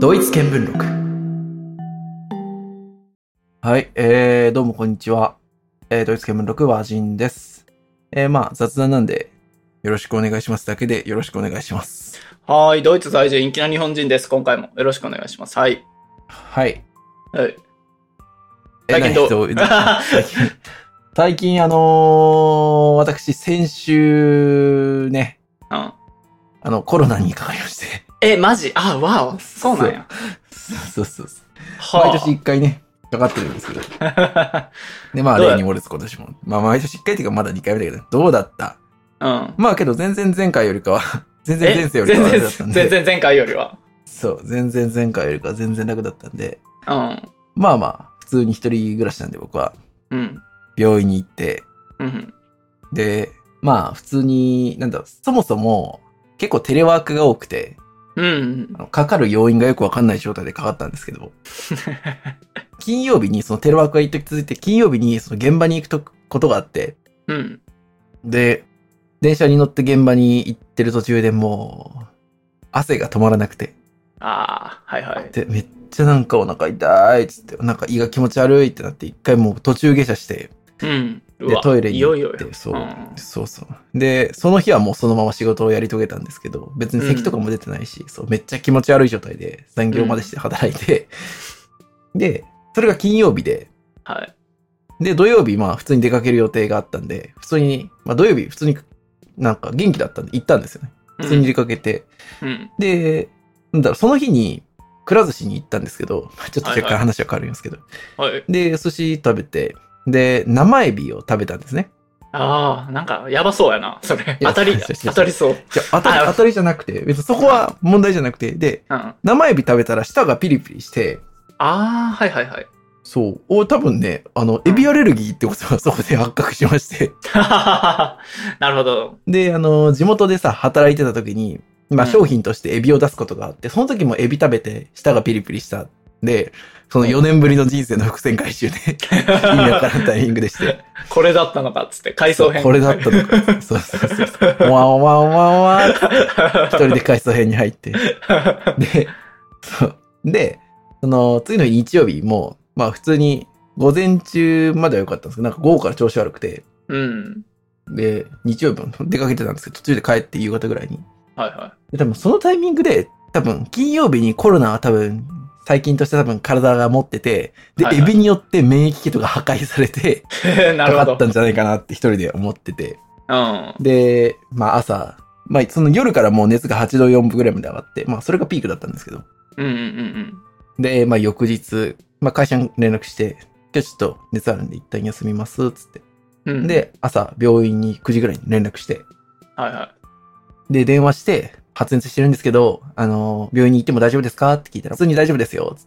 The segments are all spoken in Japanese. ドイツ見聞録はい、えー、どうもこんにちは。えー、ドイツ見聞録はジンです。えー、まあ、雑談なんで、よろしくお願いしますだけでよろしくお願いします。はーい、ドイツ在住、陰気な日本人です。今回もよろしくお願いします。はい。はい。はい、え最近ど何う ど最近、最近あのー、私、先週ね、うん、あの、コロナにかかりま して。え、マジあ、わお、そうなんや。そうそうそう。は毎年一回ね、かかってるんですけど。あ、で、まあ、どうや例に漏れず今年も。まあ、毎年一回っていうか、まだ二回目だけど、どうだった うん。まあけど全然前回よりか は、全然前世よりか全は然楽だったん、全で。然前回よりは。そう、全然前回よりかは全然楽だったんで。うん、まあまあ、普通に一人暮らしなんで僕はうん、病院に行って。うん、で、まあ普通に、なんだろう、そもそも結構テレワークが多くて、うんあ。のかかる要因がよくわかんない状態でかかったんですけ ど、金曜日にそのテレワークが一時続いて、金曜日にその現場に行くとことがあって、うん、で、電車に乗って現場に行ってる途中でもう、汗が止まらなくて。ああ、はいはい。で、めっちゃなんかお腹痛いっつって、なんか胃が気持ち悪いってなって、一回もう途中下車して、うん。うでわ、トイレにいよい行よって、よ。そう、んそうそう。で、その日はもうそのまま仕事をやり遂げたんですけど、別に咳とかも出てないし、そう、めっちゃ気持ち悪い状態で残業までして働いて、で、それが金曜日で、はい。で、土曜日、まあ、普通に出かける予定があったんで、普通に、まあ、土曜日、普通に、なんか元気だったんで、行ったんですよね。う普ん通に出かけて、うん、で、なんだろう、その日に、くら寿司に行ったんですけど、まあちょっと若はいは干い話は変わるんですけど、はい。で、寿司食べて、で、生エビを食べたんですね。ああ、なんか、やばそうやな、それ。や当たりそうそう、そう当たりそう。 じゃあ当たり、あ当たりじゃなくて、別にそこは問題じゃなくて、で、うん。あ生エビ食べたら舌がピリピリして、あー、はいはいはい。 そう、お多分ね、あの、エビアレルギーってことが そこで発覚しまして、なるほど。で、あの、地元でさ、働いてた時に、まあ、うん商品としてエビを出すことがあって、その時もエビ食べて、舌がピリピリした。で、その4年ぶりの人生の伏線回収で、 意味わからんタイミングでして。これだったのかっつって、 回想編。これだったのか。そうそうそう そう。わんわんわんわん。一人で回想編に入って。で、そう。で、その、次の日日曜日も、まあ普通に、午前中までは良かったんですけど、なんか午後から調子悪くて、うん。で、日曜日も出かけてたんですけど、途中で帰って夕方ぐらいに。はいはで、多分そのタイミングで、多分金曜日にコロナは多分、最近として多分体が持ってて、で、はいはいエビによって免疫系とか破壊されて、い。 なるかかほど。ったんじゃないかなって一人で思ってて。うん。で、まあ朝、まあその夜からもう熱が8度4分ぐらいまで上がって、まあそれがピークだったんですけど。うんうんうんで、まあ翌日、まあ会社に連絡して、今日ちょっと熱あるんで一旦休みます、つって。うん。うん、で、朝病院に9時ぐらいに連絡して、はいはで、電話して、発熱してるんですけど、あの、病院に行っても大丈夫ですかって聞いたら、普通に大丈夫ですよ、つっ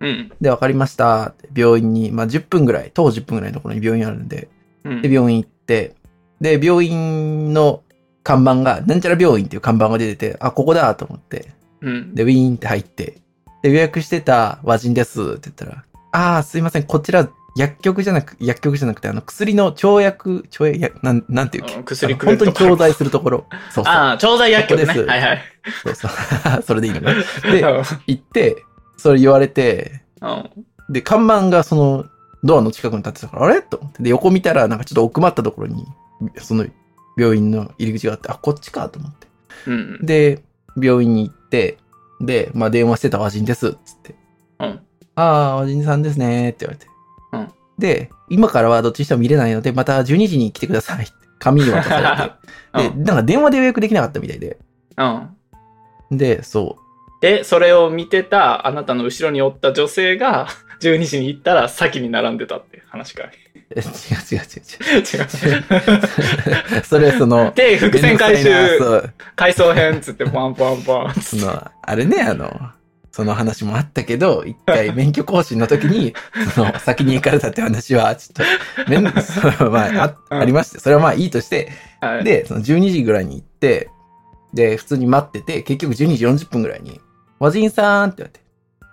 て。い。うん。で、わかりました。って病院に、まあ10分ぐらい、徒歩10分ぐらいのところに病院あるんで、うん、で、病院行って、で、病院の看板が、なんちゃら病院っていう看板が出てて、あ、ここだと思って、うん。で、ウィーンって入って、で、予約してた和人ですって言ったら、あー、すいません、こちら、薬局じゃなく、薬局じゃなくて、あの、薬の調薬、調薬、やなん、なんていうっけうん薬あのくれ本る当とこに調剤するところ。そうそう。ああ、調剤薬局ね。ここですはいはい。そうそう。 それでいいの かな。でう、行って、それ言われて、んで、看板がその、ドアの近くに立ってたから、あれと思って、で、横見たら、なんかちょっと奥まったところに、その、病院の入り口があって、あ、こっちかと思って。うん。で、病院に行って、で、まあ、電話してた和人です、っつって。うん。ああ、和人さんですね、って言われて。うんで、今からはどっちにしても見れないので、また12時に来てください。紙に渡されて。 うで、んなんか電話で予約できなかったみたいで。うん。で、そで、それを見てた、あなたの後ろにおった女性が、12時に行ったら先に並んでたっていう話かい。う。え違う違う違う 違う。違う。そ れはその、で、伏線回めんどくさい収な、そう回想編っつって、パンパンパンっそつって。の、あれね、あの、その話もあったけど、一回免許更新の時 に、その、先に行かれたって話は、ちょっと、めん、その、まあ、あ、ありまして、それはまあいいとして、はい、で、その12時ぐらいに行って、で、普通に待ってて、結局12時40分ぐらいに、和人さんって言われて、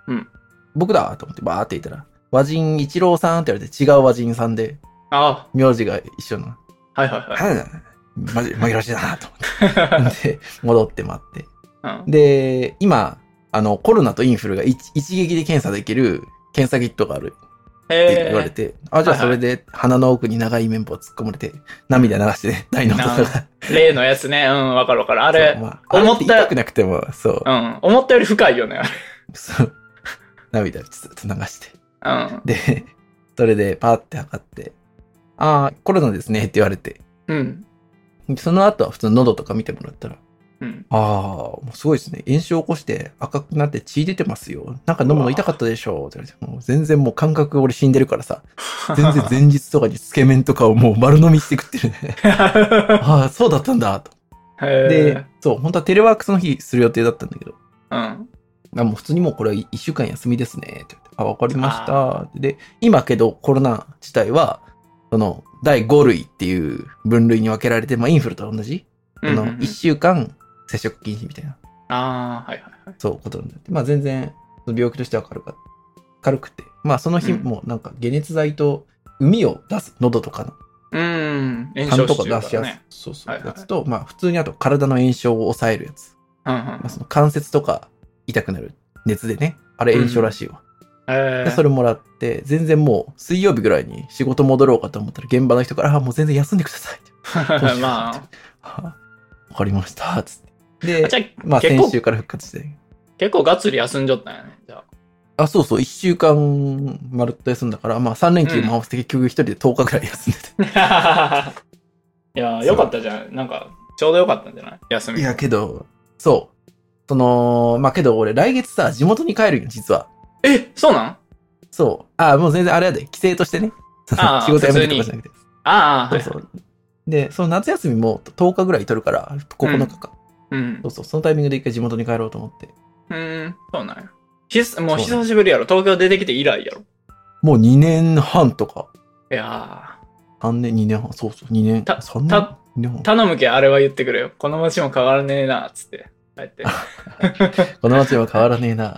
うん。僕だと思ってバーって言ったら、和人一郎さんって言われて、違う和人さんで、あ名字が一緒なの。あ、はいははぁ、まじ、紛らわしいなと思いはい。って。で、戻って待って。 うんで、今、あの、コロナとインフルが一一撃で検査できる検査キットがあるって言われえて、あ、じゃあはいそはれいで鼻の奥に長い綿棒突っ込まれて、涙流 して、大の音とか。ー、例のやつね。うん、わかるわかる。ああれ、まあ、思思っったて痛くなくても、そうう、ん、思ったより深いよね。そう 涙ずっと流して。うん。で、それでパーって測って、ああ、コロナですねって言われて、うん。その後は普通の喉とか見てもらったら、うん。ああ、もうすごいですね。炎症起こして赤くなって血出てますよ。なんか飲むの痛かったでしょって言われて、もう全然もう感覚俺死んでるからさ、全然前日とかにつけ麺とかをもう丸飲みして食ってる ね。ああ、そうだったんだ、と。へでー、そう、本当はテレワークその日する予定だったんだけど、うん。あもう普通にもうこれは1週間休みですね、って言って、あ、わかりました。で、今けどコロナ自体は、その、第5類っていう分類に分けられて、まあインフルと同じ、うんその1週間接触禁止みたいな、ああ、はいはいはい。そう、ことになって、まあ全然、その病気としては軽か軽くて、まあその日うんもなんか解熱剤と、海を出す、喉とかの、うん。炎痰症としかてる出かしやらすい、ね。そうそう、はいはいやつと、まあ普通にあと体の炎症を抑えるやつ。うんうまあ、ん。その関節とか痛くなる熱でねあれ炎症らしいわ、えでそれもらって全然もう水曜日ぐらいに仕事戻ろうかと思ったら現場の人から「あーもう全然休んでください」 ってど うしようまあ、 「はあわかりました」つってであじゃまあ結先構週から復活して結構がっつり休んじゃったんやね。じゃあ。あそうそう1週間まるっと休んだからまあ3連休回して結局一人で10日ぐらい休んでて、 いやー、よかったじゃん。なんか、ちょうどよかったんじゃない休み。いや けどそうそのまあけど俺来月さ地元に帰るよ実はえ、そうなんそうああもう全然あれやで帰省としてねあ ー仕事辞めるとかじゃなくてああ、そはうい。そう。で、その夏休みも10日ぐらい取るから、9日か。うんそ。うそう、そのタイミングで一回地元に帰ろうと思って。うん、そうなんや。ひすもう久しぶりやろ。東京出てきて以来やろ。もう2年半とか、いや3年、2年半、そうそう、2年、た3年、2た年ー、半。頼むけ、あれは言ってくれよ。この街も変わらねえな、つって。帰って。この街は変わらねえな。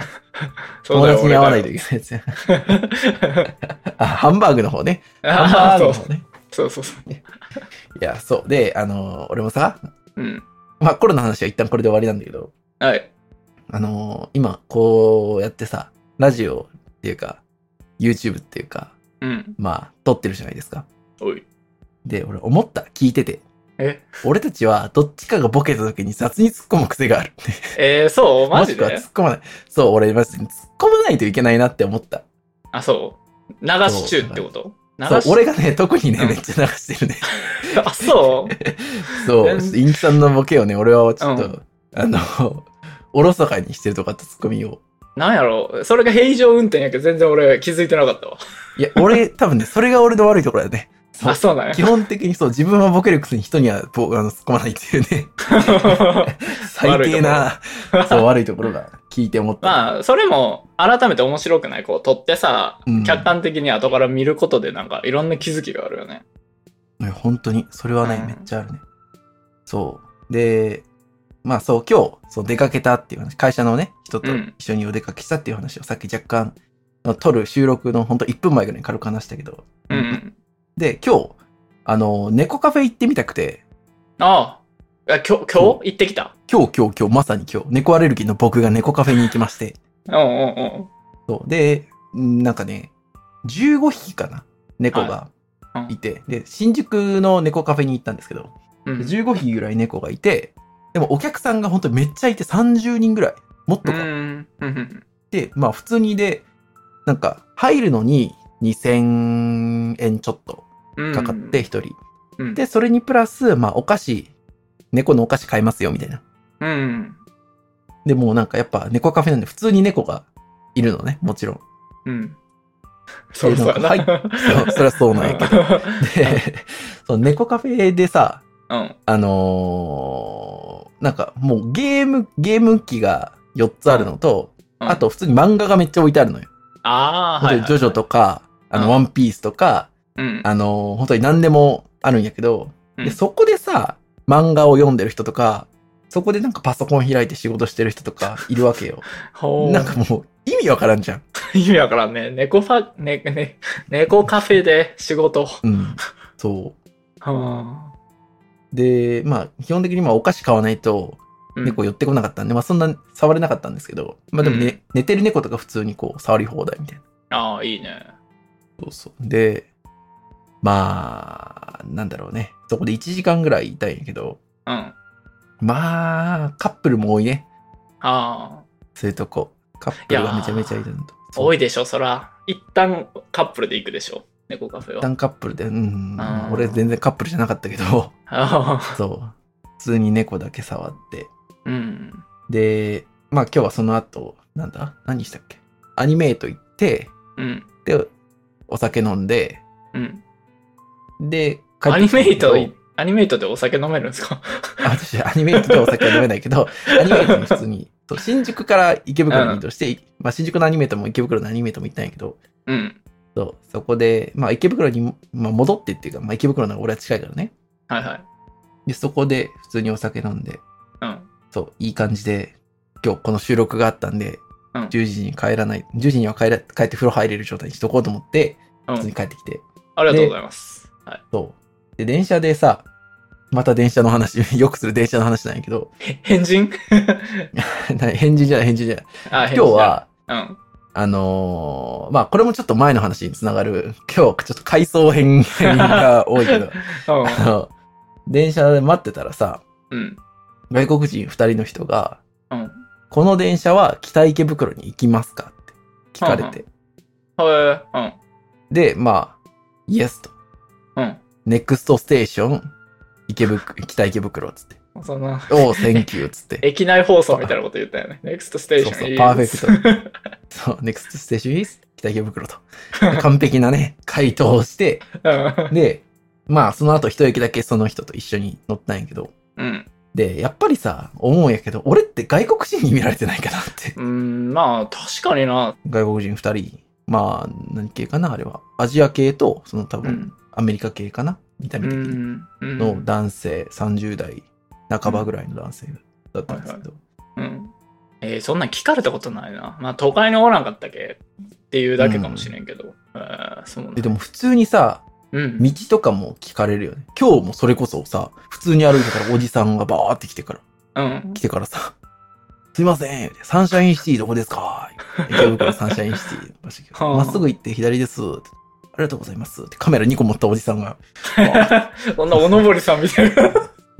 そう友だよ達に会わないとい俺けないやつや。 あ、ハンバーグの方ね。だよハンあバ あ、ーグそのう方ね。そうそうそう。いや、そう。で、あのー、俺もさ、うん。まあコロナの話は一旦これで終わりなんだけど、はい。あのー、今、こうやってさ、ラジオっていうか、YouTube っていうか、うん。まあ、撮ってるじゃないですか。おい。で、俺思った、聞いてて。え、俺たちはどっちかがボケた時に雑に突っ込む癖がある。えー、そうマジもしくはで突っ込まない。そう、俺マジで突っ込まないといけないなって思った。あ、そう。流し中ってこと流そうし、俺がね、特にね、うんめっちゃ流してるね。あ、そうそう、全インキさんのボケをね、俺はちょっと、うあの、 おろそかにしてるとかって突っ込みを。なんやろそれが平常運転やけど全然俺気づいてなかったわ。いや、俺、多分ね、それが俺の悪いところだね。 そうあ、そうなんや基。本的にそう、自分はボケるくせに人にはぼあの突っ込まないっていう ね、最低な、そう、悪いところが聞いて思った。まあ、それも改めて面白くないこう、撮ってさうん、客観的に後から見ることでなんかいろんな気づきがあるよね。いや本当に、それはね、うんめっちゃあるね。そう。で、まあそう、今日、そう出かけたっていう話、会社のね、人とうん一緒にお出かけしたっていう話をさっき若干、撮る収録の本当1分前ぐらいに軽く話したけど、うんうん。で、今日、あの、猫カフェ行ってみたくて、ああ。え今日、今そ日行ってきた今日、今日、今日、まさに今日、猫アレルギーの僕が猫カフェに行きま して、うんうんうん。そう。で、んなんかね、15匹かな、猫がはいうんいて、で、新宿の猫カフェに行ったんですけど、うん、 15匹ぐらい猫がいて、でもお客さんが本当にめっちゃいて30人ぐらい、もっとうか。んうんで、まあ普通にで、なんか入るのに2000円ちょっとうんかかって1人。うんで、それにプラス、まあお菓子、猫のお菓子買いますよみたいな。うんで、もうなんかやっぱ猫カフェなんで普通に猫がいるのね、もち ろん。うん。そうそうやな。はいそうそれはそうなんや けど。で、その猫カフェでさ、うん。あのーなんかもうゲーム、ゲーム機が4つあるのと、うんあと、普通に漫画がめっちゃ置いてあるのよ。ああ、本は当い、にジョジョとか、あうんの、ワンピースとか、うん。あの、本当に何でもあるんやけど、うで、んそこでさ、漫画を読んでる人とか、そこでなんかパソコン開いて仕事してる人とかいるわけ よ。ほうなんかもう意味わからんじゃん。意味わからんね。猫ファ、ね、ね、猫カフェで仕事。うん。そう。うん。で、まあ、基本的にまあお菓子買わないと、うん猫寄ってこなかったんで、まあそんな触れなかったんですけど、まあでもね、うん寝てる猫とか普通にこう触り放題みたいな。ああ、いいね。そうそう。で、まあ、なんだろうね。そこで1時間ぐらいいたいんやけど、うん。あまあ、カップルも多いね。あ、そういうとこ。カップルがめちゃめちゃいるんだ。多い。いでしょ、そら。一旦カップルで行くでしょ、猫カフェ一は。旦カップルで、うんあ。ー俺全然カップルじゃなかったけ ど、ああ、そう。普通に猫だけ触って。うん。で、まあ今日はその後、なんだ何したっけアニメート行って、うん。で、お酒飲んで、うん。で、ア帰ってニきたメんだけイどト、アニメイトでお酒飲めるんですか あ、私、アニメイトでお酒は飲めないけど、アニメイトに普通に、そう新宿から池袋に移動して、まあ、新宿のアニメイトも池袋のアニメイトも行ったんやけど、うん。そうそこで、まあ、池袋に、まあ、戻ってっていうか、まあ、池袋の方が俺は近いからね。はいはい。で、そこで普通にお酒飲んで、うん。そう、いい感じで、今日この収録があったんで、うん10時に帰らない、10時には帰ら帰って風呂入れる状態にしとこうと思って、う普通にん。帰ってきて、ありがとうございます。はい。そう。で、電車でさ、また電車の話、 よくする電車の話なんやけど、 へ変人返事じゃない、返事じゃない。あ、変人。今日は、うん。あのーまあ、これもちょっと前の話につながる、 今日ちょっと回想編が多い けど、あの、電車で待ってたらさ、うん。うん。外国人二人の人が、うん。この電車は北池袋に行きますかって聞かれて。はい。うん。で、まあ、イエスと。うネクストステーション、池袋、北池袋 つって。ん。そんな、おー、センキューつって。駅内放送みたいなこと言ったよね。ネクストステーシそうそうョン。パーフェクト。そう、ネクストステーションイエス、北池袋と。完璧な ね、回答をして、うんで、まあ、その後一駅だけその人と一緒に乗ったんやけど、 うん。で、やっぱりさ、思うんやけど、俺って外国人に見られてないかな って。うん、まあ、確かにな。外国人二人、まあ、何系かな、あれは。アジア系と、その多う分、ん。アメリカ系かな、見たう目的に。ん。うんの男性、30代半ばぐらいの男性だったんですけど。うん。えーそんなん聞かれたことないな。まあ、都会におらんかったけっていうだけかもしれんけど。えーそうなんで、でも普通にさ、うん。道とかも聞かれるよね。今日もそれこそさ、普通に歩いてたらおじさんがバーって来てから、 うん。来てからさ、すいません、言うてサンシャインシティどこですか池袋サンシャインシティましたけど、はあまっすぐ行って左です。ってありがとうございます。ってカメラ2個持ったおじさん が、そんなおのぼりさんみたいな。う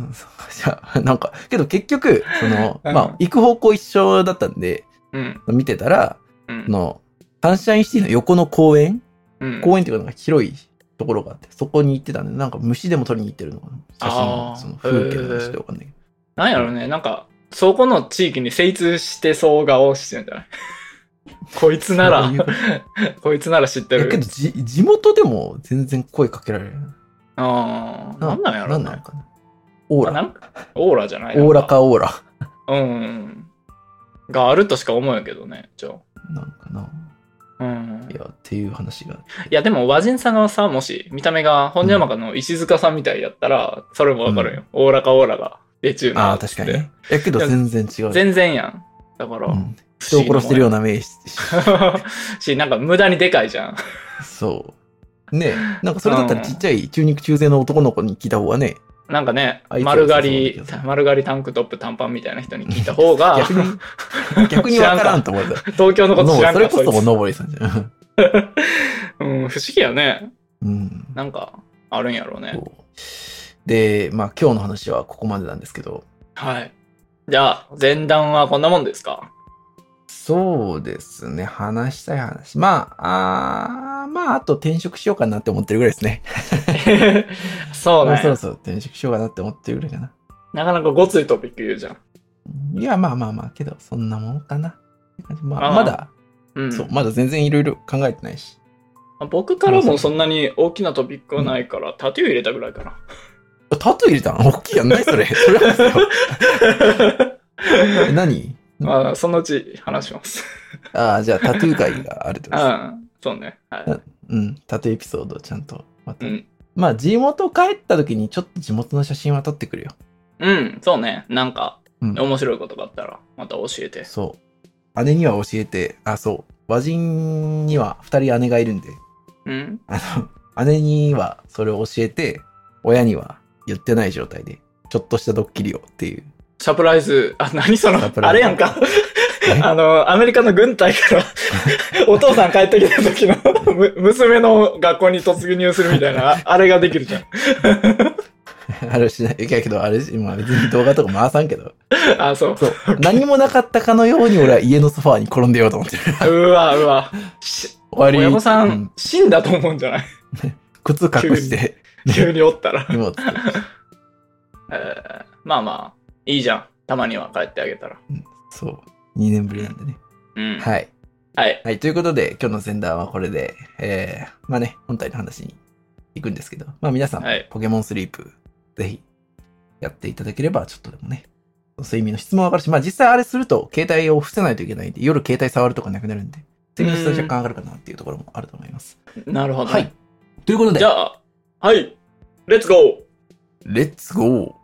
んそうじゃあ、なんか、けど結局、その、うんまあ、行く方向一緒だったんで、うん。見てたら、うんそ。の、サンシャインシティの横の公園うん公園っていうかなんか広いところがあって、そこに行ってたんで、なんか虫でも撮りに行ってるのかな写真あーを、その風景の話でわかんないけど。なんやろね、なんか、そこの地域に精通してそう顔してんじゃない こいつなそらういう こと、こいつなら知っていやるけ。どじ、地元でも全然声かけられる。ああ、なんなんやなろね。んなんかな。オーあなラ。んかオーラじゃないオーラ。かオーラ。なんうんうん。があるとしか思うんやけどね、じゃなんかな。あ。うんい。や、っていう話が。いや、でも、和人さんがさ、もし、見た目が、本山かの石塚さんみたいやったら、それもわかるんよ。オーラかオーラが、で中ああ、確かにね。いやけど全然違う。全然やん。だから、うん不人思を議なもんや殺してるような目し し、なんか無駄にでかいじゃん。そう。ねなんかそれだったらちっちゃい中肉中背の男の子に聞いた方がね、なんかねあい、つは丸刈りそうそうそう、丸刈りタンクトップ短パンみたいな人に聞いた方が、逆 に、逆にわからんと思ってた。東京のこと知らんそかれらこそおいつのぼりさんじゃん。うん、不思議やね。うん。なんか、あるんやろうね。こうで、まあ今日の話はここまでなんですけど、はい。じゃあ、前段はこんなもんですか そうですね、話したい話。まあ、あーまあ、あと転職しようかなって思ってるぐらいですね。そうもうねそ。ろそろ転職しようかなって思ってるぐらいかな。なかなかごついトピック言うじゃん。いや、まあまあまあ、けど、そんなもんかな。まああ、ーまだ、うん。そう、まだ全然いろいろ考えてないし。僕からもそんなに大きなトピックはないから、タトゥー入れたぐらいかな。あタトゥー入れたの大きいやんないそれ。 それはですよえ何 まあ、そのうち話します。ああ、じゃあタトゥー会があるってうことです。ん。そうね。はい。うん、タトゥーエピソードをちゃんとまた。うんまあ、地元帰った時にちょっと地元の写真は撮ってくるよ。うん、そうね。なんか、うん面白いことがあったら、また教えて。そう。姉には教えて、あ、そう。和人には二人姉がいるんで、うん。あの、 姉にはそれを教えて、親には言ってない状態で、ちょっとしたドッキリをっていう サプライズ、あ、何そのサ、プライズあれやんか。えあの、アメリカの軍 隊から、お父さん帰ってきた時の、む娘の学校に突入するみたいな、ああれができるじゃん。あれしない。いやけど、あれし、まあ別に動画とか回さんけど。あ、そう。 そう。何もなかったかのように俺は家のソファーに転んでようと思ってる。うわ、うわ。し終わ親り。御さ、うん死んだと思うんじゃない靴隠して、 急におったら。荷物。えーまあまあ、いいじゃん。たまには帰ってあげたら。そう。2年ぶりなんでね。うん。はい。はい。はい。ということで、今日のセンダーはこれで、えー、まあね、本体の話に行くんですけど、まあ皆さん、はいポケモンスリープ、ぜひ、やっていただければ、ちょっとでもね、睡眠の質も上がるし、まあ実際あれすると、携帯を伏せないといけないんで、夜携帯触るとかなくなるんで、睡眠の質は若干上がるかなっていうところもあると思います。なるほど、はい。ということでじ、ゃあ、はい。レッツゴーレッツゴー